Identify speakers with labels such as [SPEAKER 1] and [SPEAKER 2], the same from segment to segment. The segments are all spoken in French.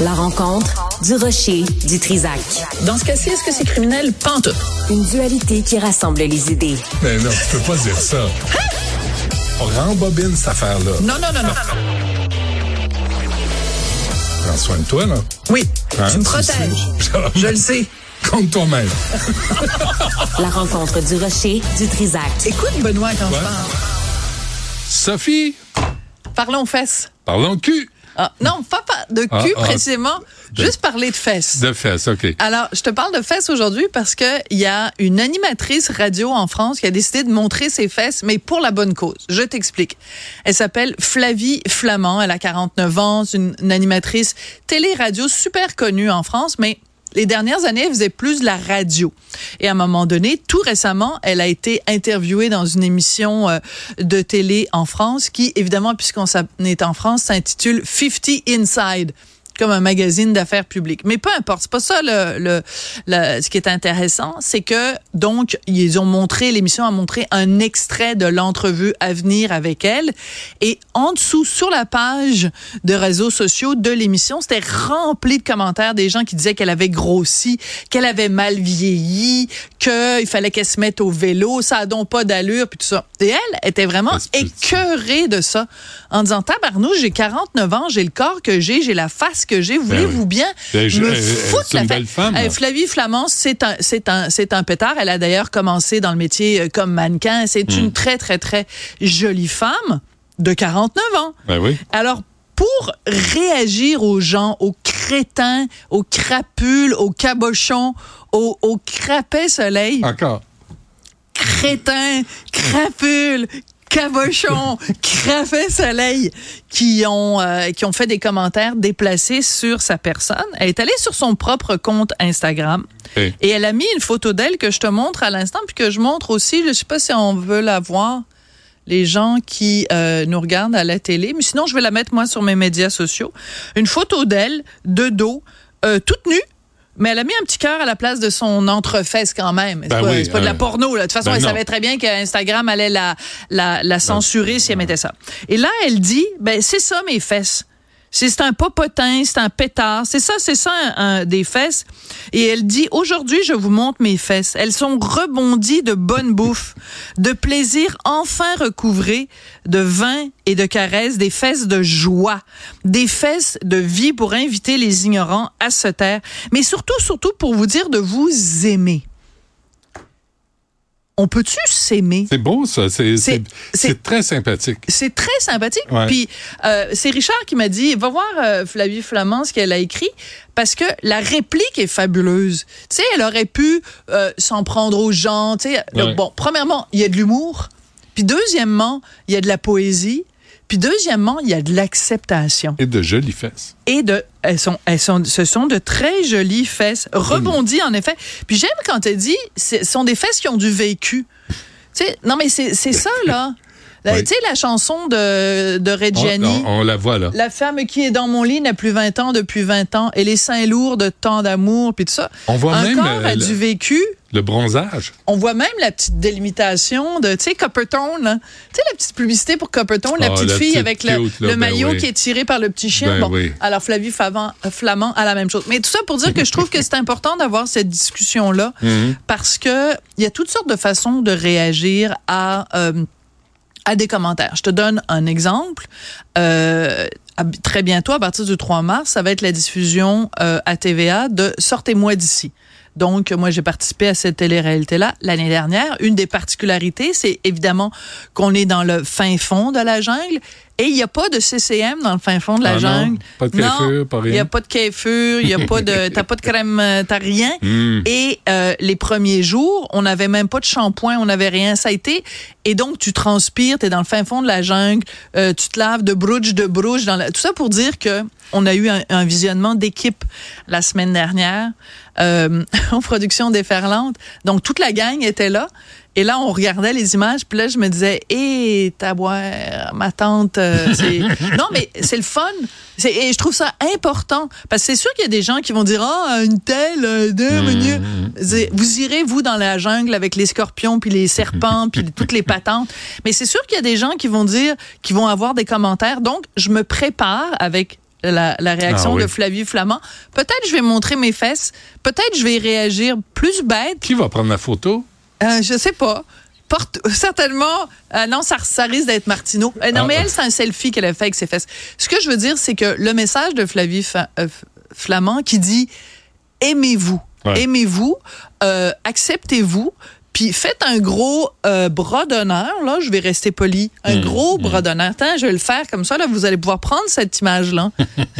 [SPEAKER 1] La rencontre du rocher du Trisac.
[SPEAKER 2] Dans ce cas-ci, est-ce que c'est criminel? Pente.
[SPEAKER 1] Une dualité qui rassemble les idées.
[SPEAKER 3] Mais Ben non, tu peux pas dire ça. On rembobine cette affaire-là.
[SPEAKER 2] Non, non, non, non, non, non.
[SPEAKER 3] Prends soin de toi, là.
[SPEAKER 2] Oui,
[SPEAKER 3] Hein,
[SPEAKER 2] tu me
[SPEAKER 3] c'est-
[SPEAKER 2] protèges.
[SPEAKER 3] c'est-
[SPEAKER 2] Je le sais.
[SPEAKER 3] Compte toi-même.
[SPEAKER 1] La rencontre du rocher du Trisac.
[SPEAKER 2] Écoute, Benoît, quand
[SPEAKER 3] Ouais.
[SPEAKER 2] je parle.
[SPEAKER 3] Sophie,
[SPEAKER 2] Parlons fesses.
[SPEAKER 3] parlons cul
[SPEAKER 2] Ah, non, pas, pas de cul
[SPEAKER 3] Ah, ah.
[SPEAKER 2] précisément,
[SPEAKER 3] De-
[SPEAKER 2] juste parler de fesses.
[SPEAKER 3] de fesses, OK.
[SPEAKER 2] Alors, je te parle de fesses aujourd'hui parce que il y a une animatrice radio en France qui a décidé de montrer ses fesses, mais pour la bonne cause. Je t'explique. Elle s'appelle Flavie Flamand. Elle a 49 ans. C'est une, une animatrice télé-radio super connue en France, mais les dernières années, elle faisait plus de la radio. Et à un moment donné, tout récemment, elle a été interviewée dans une émission euh, de télé en France qui, évidemment, puisqu'on s'en est en France, s'intitule 50 Inside comme un magazine d'affaires publiques. Mais peu importe, c'est pas ça le, le, le- ce qui est intéressant, c'est que donc ils ont montré l'émission a montré un extrait de l'entrevue à venir avec elle et en dessous sur la page de réseaux sociaux de l'émission, c'était rempli de commentaires des gens qui disaient qu'elle avait grossi, qu'elle avait mal vieilli, qu'il fallait qu'elle se mette au vélo, ça a donc pas d'allure puis tout ça. Et elle était vraiment
[SPEAKER 3] Ça se peut, ça.
[SPEAKER 2] écœurée de ça en disant tabarnouche, j'ai 49 ans, j'ai le corps que j'ai, j'ai la face que j'ai, voulez-vous
[SPEAKER 3] oui.
[SPEAKER 2] bien
[SPEAKER 3] Ben, je-
[SPEAKER 2] me
[SPEAKER 3] elle- elle-
[SPEAKER 2] foutre
[SPEAKER 3] c'est
[SPEAKER 2] la
[SPEAKER 3] une
[SPEAKER 2] fa-
[SPEAKER 3] belle femme.
[SPEAKER 2] Eh, Flavie Flamand, c'est un, c'est un, c'est un pétard. Elle a d'ailleurs commencé dans le métier euh, comme mannequin. C'est
[SPEAKER 3] Hmm.
[SPEAKER 2] une très, très, très jolie femme de 49 ans.
[SPEAKER 3] Ben oui.
[SPEAKER 2] Alors, pour réagir aux gens, aux crétins, aux crapules, aux cabochons, aux, aux crapets soleil,
[SPEAKER 3] Encore.
[SPEAKER 2] crétins, crapules, cabochons, crapets soleil qui ont euh, qui ont fait des commentaires déplacés sur sa personne. Elle est allée sur son propre compte Instagram
[SPEAKER 3] Eh,
[SPEAKER 2] et elle a mis une photo d'elle que je te montre à l'instant puis que je montre aussi. Je sais pas si on veut la voir les gens qui euh, nous regardent à la télé, mais sinon je vais la mettre moi sur mes médias sociaux. Une photo d'elle de dos, euh, toute nue. Mais elle a mis un petit cœur à la place de son entrefesse quand même. C'est
[SPEAKER 3] Ben
[SPEAKER 2] pas,
[SPEAKER 3] oui,
[SPEAKER 2] c'est pas de la
[SPEAKER 3] hein.
[SPEAKER 2] porno. Là. De toute façon,
[SPEAKER 3] Ben
[SPEAKER 2] elle
[SPEAKER 3] non. Ben.
[SPEAKER 2] savait très bien qu'Instagram allait la, la, la censurer si elle mettait ça. Et là, elle dit, ben, c'est ça mes fesses. C'est c'est un popotin, c'est un pétard, c'est ça, c'est ça un- un- des fesses. Et elle dit, aujourd'hui, je vous montre mes fesses. Elles sont rebondies de bonne bouffe, de plaisir enfin recouvré, de vin et de caresses, des fesses de joie, des fesses de vie pour inviter les ignorants à se taire, mais surtout, surtout pour vous dire de vous aimer. On peut-tu s'aimer?
[SPEAKER 3] C'est beau, ça. C'est- C'est
[SPEAKER 2] c'est-
[SPEAKER 3] c'est très sympathique.
[SPEAKER 2] C'est très sympathique.
[SPEAKER 3] Ouais.
[SPEAKER 2] Puis euh, c'est Richard qui m'a dit va voir euh, Flavie Flamand ce qu'elle a écrit parce que la réplique est fabuleuse. Tu sais, elle aurait pu euh, s'en prendre aux gens. Tu sais,
[SPEAKER 3] Ouais.
[SPEAKER 2] Donc, bon, premièrement, il y a de l'humour. Puis deuxièmement, il y a de la poésie. Puis deuxièmement, il y a de l'acceptation
[SPEAKER 3] Et de jolies fesses.
[SPEAKER 2] et de elles sont elles sont ce sont de très jolies fesses rebondies en effet. Puis j'aime quand elle dit ce sont des fesses qui ont du vécu. Tu sais non mais c'est c'est ça là. La-
[SPEAKER 3] Oui.
[SPEAKER 2] Tu sais la chanson de de
[SPEAKER 3] On,
[SPEAKER 2] Reggiani
[SPEAKER 3] on- on la voit, là.
[SPEAKER 2] la femme qui est dans mon lit n'a plus 20 ans depuis 20 ans et les seins lourds de tant d'amour puis tout ça.
[SPEAKER 3] On voit
[SPEAKER 2] Un
[SPEAKER 3] même,
[SPEAKER 2] corps
[SPEAKER 3] euh,
[SPEAKER 2] a
[SPEAKER 3] le-
[SPEAKER 2] du vécu.
[SPEAKER 3] Le bronzage.
[SPEAKER 2] On voit même la petite délimitation de, tu sais, Coppertone. là. Tu sais, la petite publicité pour Coppertone, la
[SPEAKER 3] Ah,
[SPEAKER 2] petite
[SPEAKER 3] la
[SPEAKER 2] fille
[SPEAKER 3] petite
[SPEAKER 2] avec le,
[SPEAKER 3] cute,
[SPEAKER 2] le
[SPEAKER 3] là, ben
[SPEAKER 2] maillot
[SPEAKER 3] oui.
[SPEAKER 2] qui est tiré par le petit chien.
[SPEAKER 3] Ben
[SPEAKER 2] bon,
[SPEAKER 3] oui.
[SPEAKER 2] alors Flavie Flavand- Flamand a la même chose. Mais tout ça pour dire que je trouve que c'est important d'avoir cette discussion-là parce que il y a toutes sortes de façons de réagir à... euh, à des commentaires. Je te donne un exemple. Euh, à- très bientôt, à partir du 3 mars, ça va être la diffusion euh, à TVA de Sortez-moi d'ici. Donc, moi, j'ai participé à cette télé-réalité-là l'année dernière. Une des particularités, c'est évidemment qu'on est dans le fin fond de la jungle et il n'y a pas de CCM dans le fin fond de la
[SPEAKER 3] Ah non,
[SPEAKER 2] jungle.
[SPEAKER 3] pas de
[SPEAKER 2] Non,
[SPEAKER 3] kéfur, pas
[SPEAKER 2] il n'y a
[SPEAKER 3] rien.
[SPEAKER 2] pas de kéfur, il n'y a pas de... T'as pas de crème, euh, t'as rien.
[SPEAKER 3] Hmm.
[SPEAKER 2] Et euh, les premiers jours, on n'avait même pas de shampoing, on n'avait rien. Ça a été. Et donc, tu transpires, tu es dans le fin fond de la jungle, euh, tu te laves de brouche, de brouche. Dans la- Tout ça pour dire que on a eu un, un visionnement d'équipe la semaine dernière euh, en production déferlante. Donc, toute la gang était là. Et là, on regardait les images, puis là, je me disais, hé, taboire, ma tante, euh, c'est... non, mais c'est le fun. C'est- Et je trouve ça important, parce que c'est sûr qu'il y a des gens qui vont dire, ah, une telle, euh,
[SPEAKER 4] Mmh,
[SPEAKER 2] deux, menu. C'est- Vous irez, vous, dans la jungle avec les scorpions, puis les serpents, puis toutes les patentes. Mais c'est sûr qu'il y a des gens qui vont dire, qui vont avoir des commentaires. Donc, je me prépare avec la, la réaction
[SPEAKER 4] Ah oui.
[SPEAKER 2] de Flavie Flamand. Peut-être je vais montrer mes fesses. Peut-être je vais réagir plus bête.
[SPEAKER 3] Qui va prendre la photo?
[SPEAKER 2] Euh, je sais pas. Porte, certainement, euh, non, ça, ça risque d'être Martineau. Euh, non,
[SPEAKER 3] Ah.
[SPEAKER 2] mais elle, c'est un selfie qu'elle a fait avec ses fesses. Ce que je veux dire, c'est que le message de Flavie Fa- euh, F- Flamand qui dit aimez-vous,
[SPEAKER 3] Ouais.
[SPEAKER 2] aimez-vous, euh, acceptez-vous, puis faites un gros euh, bras d'honneur, là, je vais rester poli, un
[SPEAKER 3] Mmh,
[SPEAKER 2] gros bras d'honneur. Attends, je vais le faire comme ça, là, vous allez pouvoir prendre cette image-là.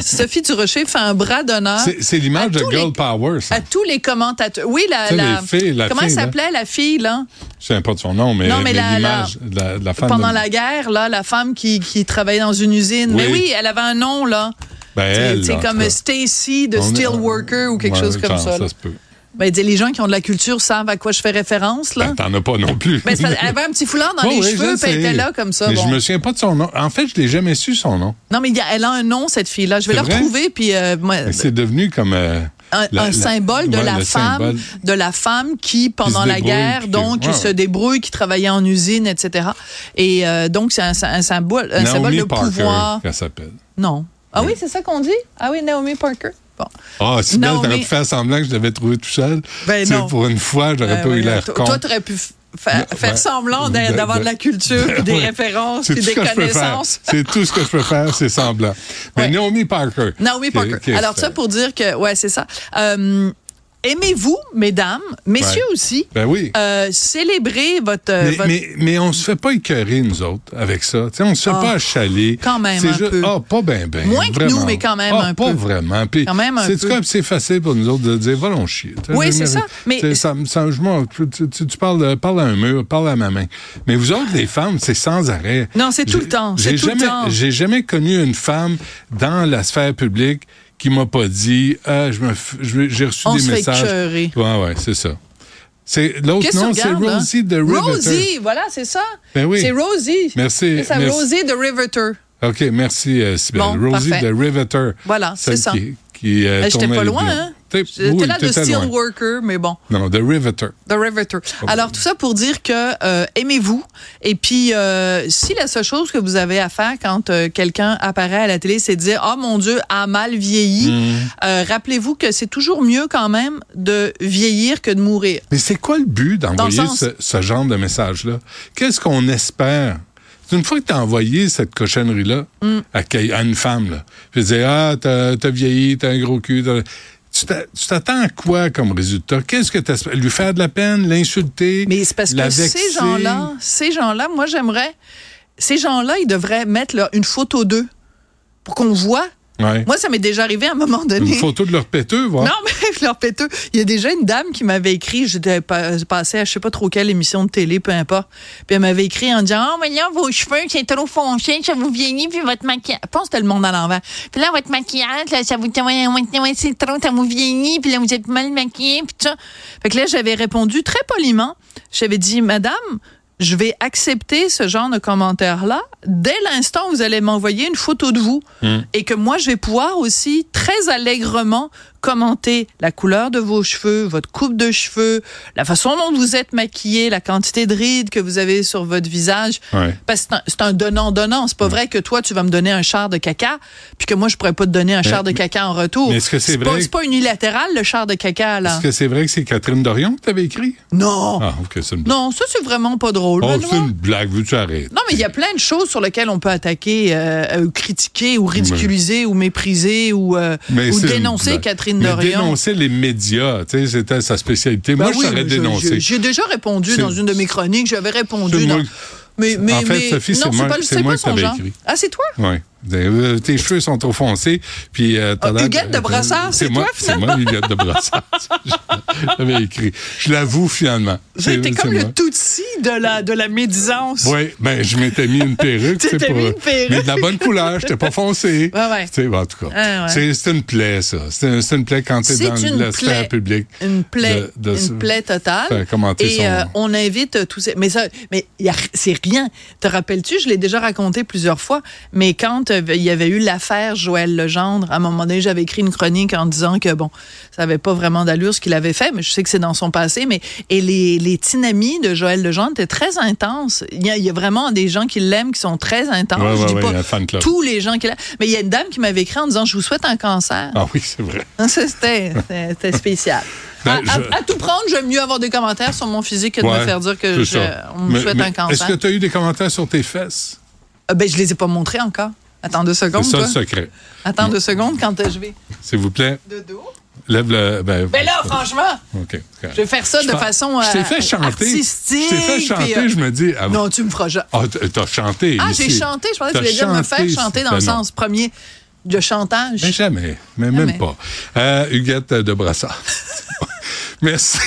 [SPEAKER 2] Sophie Durocher fait un bras d'honneur
[SPEAKER 3] C'est c'est l'image de
[SPEAKER 2] Ah. tous
[SPEAKER 3] Girl
[SPEAKER 2] les-
[SPEAKER 3] Power, ça.
[SPEAKER 2] à tous tous les commentateurs. Oui, la,
[SPEAKER 3] Tu sais,
[SPEAKER 2] la,
[SPEAKER 3] les filles, la
[SPEAKER 2] comment
[SPEAKER 3] fille,
[SPEAKER 2] elle
[SPEAKER 3] là.
[SPEAKER 2] s'appelait la fille là
[SPEAKER 3] Je sais pas de son nom, mais,
[SPEAKER 2] Non, mais
[SPEAKER 3] mais
[SPEAKER 2] la-
[SPEAKER 3] l'image de la, de la femme.
[SPEAKER 2] pendant
[SPEAKER 3] de-
[SPEAKER 2] la guerre là, la femme qui, qui travaillait dans une usine.
[SPEAKER 3] Oui.
[SPEAKER 2] Mais oui, elle avait un nom là.
[SPEAKER 3] Ben, elle,
[SPEAKER 2] C'est
[SPEAKER 3] en tout
[SPEAKER 2] comme
[SPEAKER 3] cas.
[SPEAKER 2] Stacy de
[SPEAKER 3] On est-
[SPEAKER 2] Steelworker ou quelque
[SPEAKER 3] Ouais,
[SPEAKER 2] chose comme
[SPEAKER 3] genre,
[SPEAKER 2] ça. là.
[SPEAKER 3] Ça se peut.
[SPEAKER 2] Ben, dis, les gens qui ont de la culture savent à quoi je fais référence là.
[SPEAKER 3] Ben, T'en as pas non plus.
[SPEAKER 2] Ben, c'est parce qu'elle avait un petit foulard dans
[SPEAKER 3] Ouais,
[SPEAKER 2] les
[SPEAKER 3] ouais, je
[SPEAKER 2] cheveux, puis
[SPEAKER 3] sais.
[SPEAKER 2] elle était là comme ça.
[SPEAKER 3] Mais
[SPEAKER 2] bon.
[SPEAKER 3] je me souviens pas de son nom. En fait, je l'ai jamais su son nom.
[SPEAKER 2] Non, mais il y a- elle a un nom cette fille là. Je vais
[SPEAKER 3] C'est
[SPEAKER 2] la
[SPEAKER 3] vrai?
[SPEAKER 2] retrouver puis euh, moi,
[SPEAKER 3] Fait que C'est devenu comme euh,
[SPEAKER 2] un,
[SPEAKER 3] la-
[SPEAKER 2] un
[SPEAKER 3] la-
[SPEAKER 2] symbole de
[SPEAKER 3] ouais,
[SPEAKER 2] la
[SPEAKER 3] le
[SPEAKER 2] femme,
[SPEAKER 3] symbole.
[SPEAKER 2] de la femme qui pendant
[SPEAKER 3] se
[SPEAKER 2] la
[SPEAKER 3] débrouille,
[SPEAKER 2] guerre,
[SPEAKER 3] puis-
[SPEAKER 2] donc qui
[SPEAKER 3] ouais.
[SPEAKER 2] se débrouille, qui travaillait en usine, etc. Et euh, donc c'est un, un symbole, un euh, symbole
[SPEAKER 3] Naomi
[SPEAKER 2] de
[SPEAKER 3] Parker,
[SPEAKER 2] pouvoir.
[SPEAKER 3] qu'elle s'appelle.
[SPEAKER 2] Non. Ah oui, c'est ça qu'on dit. Ah oui, Naomi Parker. Bon.
[SPEAKER 3] Ah, si belle,
[SPEAKER 2] Naomi-
[SPEAKER 3] t'aurais pu faire semblant que je l'avais trouvé tout seul.
[SPEAKER 2] Ben
[SPEAKER 3] Tu sais,
[SPEAKER 2] non.
[SPEAKER 3] Pour une fois, j'aurais
[SPEAKER 2] Ben
[SPEAKER 3] pas eu
[SPEAKER 2] voyons,
[SPEAKER 3] l'air
[SPEAKER 2] toi-
[SPEAKER 3] con.
[SPEAKER 2] Toi, t'aurais pu f- fa-
[SPEAKER 3] Ben,
[SPEAKER 2] faire
[SPEAKER 3] ben,
[SPEAKER 2] semblant
[SPEAKER 3] de-
[SPEAKER 2] d'a-
[SPEAKER 3] de-
[SPEAKER 2] d'avoir de la culture, puis des références,
[SPEAKER 3] C'est
[SPEAKER 2] puis
[SPEAKER 3] tout
[SPEAKER 2] des
[SPEAKER 3] ce que je peux faire.
[SPEAKER 2] connaissances.
[SPEAKER 3] C'est tout ce que je peux faire, c'est semblant. Mais
[SPEAKER 2] Ouais.
[SPEAKER 3] Naomi Parker.
[SPEAKER 2] Naomi
[SPEAKER 3] qui est-
[SPEAKER 2] Parker.
[SPEAKER 3] qui est-
[SPEAKER 2] Alors ça pour dire que ouais, c'est ça. Euh, Aimez-vous, mesdames, messieurs aussi.
[SPEAKER 3] Ben oui.
[SPEAKER 2] Euh, célébrez votre, euh,
[SPEAKER 3] Mais,
[SPEAKER 2] votre-
[SPEAKER 3] mais, mais on se fait pas écœurer, nous autres, avec ça. Tu sais, on se fait
[SPEAKER 2] Ah,
[SPEAKER 3] pas achaler.
[SPEAKER 2] quand même
[SPEAKER 3] C'est
[SPEAKER 2] un peu.
[SPEAKER 3] Ah, pas bien, bien. Ah,
[SPEAKER 2] Moins que nous, mais quand même un
[SPEAKER 3] pas
[SPEAKER 2] peu.
[SPEAKER 3] vraiment. Puis,
[SPEAKER 2] Quand même un
[SPEAKER 3] c'est-tu
[SPEAKER 2] peu.
[SPEAKER 3] quoi? Puis C'est facile pour nous autres de dire, va l'on chier. Tu sais,
[SPEAKER 2] Oui,
[SPEAKER 3] je-
[SPEAKER 2] c'est ça. Mais-
[SPEAKER 3] tu sais, ça, me- ça- je m'en- tu, tu- tu- tu parles, de- parle à un mur, parle à ma main. Mais vous autres, les femmes, c'est sans arrêt.
[SPEAKER 2] Non, c'est tout le
[SPEAKER 3] J'ai-
[SPEAKER 2] temps, c'est
[SPEAKER 3] j'ai
[SPEAKER 2] tout le
[SPEAKER 3] jamais-
[SPEAKER 2] temps.
[SPEAKER 3] J'ai jamais connu une femme dans la sphère publique qui m'a pas dit, ah, je me f- je- j'ai reçu
[SPEAKER 2] On
[SPEAKER 3] des
[SPEAKER 2] se fait
[SPEAKER 3] messages.
[SPEAKER 2] écœurer.
[SPEAKER 3] ouais, ouais, c'est ça. C'est l'autre
[SPEAKER 2] Qu'est-ce que
[SPEAKER 3] nom,
[SPEAKER 2] tu
[SPEAKER 3] c'est
[SPEAKER 2] regardes, là?
[SPEAKER 3] Rosie de Riveter.
[SPEAKER 2] Rosie, voilà, c'est ça.
[SPEAKER 3] Ben oui.
[SPEAKER 2] C'est Rosie.
[SPEAKER 3] Merci,
[SPEAKER 2] C'est ça,
[SPEAKER 3] merci.
[SPEAKER 2] Rosie de Riveter.
[SPEAKER 3] OK, merci, euh, Sybelle.
[SPEAKER 2] Bon,
[SPEAKER 3] Rosie
[SPEAKER 2] parfait.
[SPEAKER 3] de Riveter.
[SPEAKER 2] Voilà,
[SPEAKER 3] Celle
[SPEAKER 2] c'est ça.
[SPEAKER 3] Qui, qui, euh,
[SPEAKER 2] Euh, J'étais
[SPEAKER 3] tournait
[SPEAKER 2] pas
[SPEAKER 3] les
[SPEAKER 2] loin,
[SPEAKER 3] bidons.
[SPEAKER 2] hein?
[SPEAKER 3] T'es-
[SPEAKER 2] J'étais
[SPEAKER 3] oui,
[SPEAKER 2] là de
[SPEAKER 3] t'étais loin.
[SPEAKER 2] Steelworker, mais bon.
[SPEAKER 3] Non, de Riveter.
[SPEAKER 2] The Riveter.
[SPEAKER 3] Ah
[SPEAKER 2] Alors, tout ça pour dire que euh, aimez-vous. Et puis, euh, si la seule chose que vous avez à faire quand euh, quelqu'un apparaît à la télé, c'est de dire « Oh mon Dieu, a mal vieilli
[SPEAKER 3] Mm.
[SPEAKER 2] Euh, rappelez-vous que c'est toujours mieux quand même de vieillir que de mourir.
[SPEAKER 3] Mais c'est quoi le but d'envoyer
[SPEAKER 2] Dans le sens-
[SPEAKER 3] ce, ce genre de message-là? Qu'est-ce qu'on espère? Une fois que t'as envoyé cette cochonnerie-là
[SPEAKER 2] Mm.
[SPEAKER 3] à, quel- à une femme, là, puis tu dis, ah, t'as t'as vieilli, t'as un gros cul. t'as- Tu t'a- tu t'attends à quoi comme résultat? Qu'est-ce que t'espères? Lui faire de la peine, l'insulter,
[SPEAKER 2] Mais c'est parce
[SPEAKER 3] la
[SPEAKER 2] que ces
[SPEAKER 3] vexer?
[SPEAKER 2] gens-là, ces gens-là, moi j'aimerais, ces gens-là, ils devraient mettre là, une photo d'eux pour qu'on voit.
[SPEAKER 3] Ouais.
[SPEAKER 2] Moi, ça m'est déjà arrivé à un moment donné.
[SPEAKER 3] Une photo de leur péteux, voir.
[SPEAKER 2] Non, mais je leur péteux. Il y a déjà une dame qui m'avait écrit, j'étais pa- passée à je sais pas trop quelle émission de télé, peu importe. Puis elle m'avait écrit en disant Oh, mais là, vos cheveux, c'est trop foncé, ça vous vieillit, puis votre maquillage. Je pense que c'était le monde à l'envers. Puis là, votre maquillage, là, ça vous. ouais, ouais, ouais, C'est trop, ça vous vieillit, puis là, vous êtes mal maquillé, puis tout ça. Fait que là, j'avais répondu très poliment. J'avais dit Madame, je vais accepter ce genre de commentaire-là dès l'instant où vous allez m'envoyer une photo de vous. Et que moi, je vais pouvoir aussi très allègrement commenter la couleur de vos cheveux, votre coupe de cheveux, la façon dont vous êtes maquillé, la quantité de rides que vous avez sur votre visage.
[SPEAKER 3] Ouais. Mm.
[SPEAKER 2] Parce que c'est un- c'est un donnant-donnant. C'est pas vrai que toi, tu vas me donner un char de caca, puis que moi, je pourrais pas te donner un char de caca en retour.
[SPEAKER 3] mais est-ce que c'est
[SPEAKER 2] pas-
[SPEAKER 3] vrai-
[SPEAKER 2] C'est pas unilatéral, le char de caca, là.
[SPEAKER 3] Est-ce que c'est vrai que c'est Catherine Dorion que t'avais écrit?
[SPEAKER 2] Non!
[SPEAKER 3] Ah, OK, c'est une
[SPEAKER 2] Non, ça, c'est vraiment pas drôle.
[SPEAKER 3] Oh,
[SPEAKER 2] Benoît.
[SPEAKER 3] c'est une blague, veux-tu arrêter?
[SPEAKER 2] Non, mais il y a plein de choses sur lesquelles on peut attaquer, euh, euh, critiquer ou ridiculiser ou mépriser ou, euh,
[SPEAKER 3] Mais
[SPEAKER 2] ou
[SPEAKER 3] c'est une
[SPEAKER 2] dénoncer
[SPEAKER 3] blague.
[SPEAKER 2] Catherine
[SPEAKER 3] mais
[SPEAKER 2] Dorion.
[SPEAKER 3] Dénoncer les médias, tu sais, c'était sa spécialité.
[SPEAKER 2] Ben
[SPEAKER 3] Moi,
[SPEAKER 2] oui,
[SPEAKER 3] je saurais
[SPEAKER 2] mais je-
[SPEAKER 3] dénoncer.
[SPEAKER 2] je- J'ai déjà répondu
[SPEAKER 3] C'est-
[SPEAKER 2] dans une de mes chroniques, j'avais répondu
[SPEAKER 3] c'est moi
[SPEAKER 2] dans...
[SPEAKER 3] qui-
[SPEAKER 2] Mais, mais,
[SPEAKER 3] En fait,
[SPEAKER 2] mais-
[SPEAKER 3] Sophie,
[SPEAKER 2] non,
[SPEAKER 3] c'est moi-
[SPEAKER 2] pas, le-
[SPEAKER 3] c'est
[SPEAKER 2] c'est
[SPEAKER 3] moi
[SPEAKER 2] pas
[SPEAKER 3] qui
[SPEAKER 2] son
[SPEAKER 3] t'avais
[SPEAKER 2] genre.
[SPEAKER 3] écrit.
[SPEAKER 2] Ah, c'est toi?
[SPEAKER 3] Ouais. Euh, tes cheveux sont trop foncés. Puis, euh, t'as
[SPEAKER 2] Ah,
[SPEAKER 3] l'air
[SPEAKER 2] Huguette de Brassard, c'est
[SPEAKER 3] moi,
[SPEAKER 2] toi,
[SPEAKER 3] C'est moi, Huguette de Brassard. J'avais écrit. Je l'avoue, finalement.
[SPEAKER 2] J'étais comme le
[SPEAKER 3] tout.
[SPEAKER 2] Tutsi de la, de la médisance.
[SPEAKER 3] Oui, ben, je m'étais mis une perruque.
[SPEAKER 2] Tu
[SPEAKER 3] c'est
[SPEAKER 2] t'es
[SPEAKER 3] pour- euh,
[SPEAKER 2] mis une perruque.
[SPEAKER 3] Mais de la bonne couleur, j'étais pas foncé.
[SPEAKER 2] Ouais, ouais.
[SPEAKER 3] Tu sais, ben, en tout cas.
[SPEAKER 2] Ah, ouais.
[SPEAKER 3] c'est, c'est une plaie, ça. C'est, c'est une plaie quand t'es
[SPEAKER 2] C'est
[SPEAKER 3] dans
[SPEAKER 2] une
[SPEAKER 3] la
[SPEAKER 2] plaie.
[SPEAKER 3] sphère publique.
[SPEAKER 2] Une plaie,
[SPEAKER 3] de- de-
[SPEAKER 2] une plaie totale.
[SPEAKER 3] Faire commenter
[SPEAKER 2] Et
[SPEAKER 3] son-
[SPEAKER 2] euh, on invite euh, tous ces. Mais ça, mais y a- c'est rien. Te rappelles-tu, je l'ai déjà raconté plusieurs fois, mais quand euh, il y avait eu l'affaire Joël Legendre. À un moment donné, j'avais écrit une chronique en disant que, bon, ça n'avait pas vraiment d'allure ce qu'il avait fait, mais je sais que c'est dans son passé. Mais, et les, les tinamis de Joël Legendre étaient très intenses. Il y a, il y a vraiment des gens qui l'aiment qui sont très intenses.
[SPEAKER 3] Ouais,
[SPEAKER 2] Ah, je
[SPEAKER 3] ouais,
[SPEAKER 2] dis
[SPEAKER 3] ouais,
[SPEAKER 2] pas
[SPEAKER 3] un fan club.
[SPEAKER 2] tous les gens qui l'aiment. Mais il y a une dame qui m'avait écrit en disant, je vous souhaite un cancer.
[SPEAKER 3] Ah oui, c'est vrai.
[SPEAKER 2] Ça, C'était c'était spécial.
[SPEAKER 3] Ben,
[SPEAKER 2] à, à-
[SPEAKER 3] je-
[SPEAKER 2] à tout prendre, j'aime mieux avoir des commentaires sur mon physique que de me
[SPEAKER 3] Ouais,
[SPEAKER 2] faire dire que
[SPEAKER 3] c'est
[SPEAKER 2] je,
[SPEAKER 3] ça.
[SPEAKER 2] on me
[SPEAKER 3] Mais-
[SPEAKER 2] souhaite
[SPEAKER 3] mais
[SPEAKER 2] un
[SPEAKER 3] Est-ce
[SPEAKER 2] cancer.
[SPEAKER 3] que tu as eu des commentaires sur tes fesses?
[SPEAKER 2] Ah, ben, je les ai pas montrés encore. Attends deux
[SPEAKER 3] C'est
[SPEAKER 2] secondes,
[SPEAKER 3] ça
[SPEAKER 2] toi.
[SPEAKER 3] le secret.
[SPEAKER 2] Attends deux secondes quand euh, je vais
[SPEAKER 3] S'il vous plaît,
[SPEAKER 2] de dos.
[SPEAKER 3] lève le. Ben,
[SPEAKER 2] Mais là, franchement,
[SPEAKER 3] OK.
[SPEAKER 2] je vais faire ça de
[SPEAKER 3] fa-
[SPEAKER 2] façon
[SPEAKER 3] Je
[SPEAKER 2] euh,
[SPEAKER 3] t'ai fait chanter.
[SPEAKER 2] artistique.
[SPEAKER 3] Je t'ai fait
[SPEAKER 2] puis,
[SPEAKER 3] chanter,
[SPEAKER 2] euh,
[SPEAKER 3] je me dis. Ah,
[SPEAKER 2] Non, tu me feras ja-
[SPEAKER 3] ah, t- t'as chanté.
[SPEAKER 2] Ah, j'ai
[SPEAKER 3] ici.
[SPEAKER 2] chanté. Je pensais que tu
[SPEAKER 3] T'as
[SPEAKER 2] voulais dire me faire
[SPEAKER 3] chanté,
[SPEAKER 2] chanter dans
[SPEAKER 3] ben
[SPEAKER 2] le
[SPEAKER 3] non. Ben
[SPEAKER 2] sens premier de chantage.
[SPEAKER 3] Mais jamais. Mais
[SPEAKER 2] Jamais.
[SPEAKER 3] même pas. Euh, Huguette de Brassard. Merci.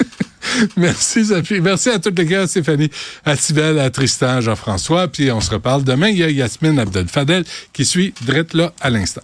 [SPEAKER 3] Merci, Sophie. Merci à toutes les gars, Stéphanie, à Sibelle, à Tristan, Jean-François. Puis on se reparle demain. Il y a Yasmine Abdel-Fadel qui suit drette là à l'instant.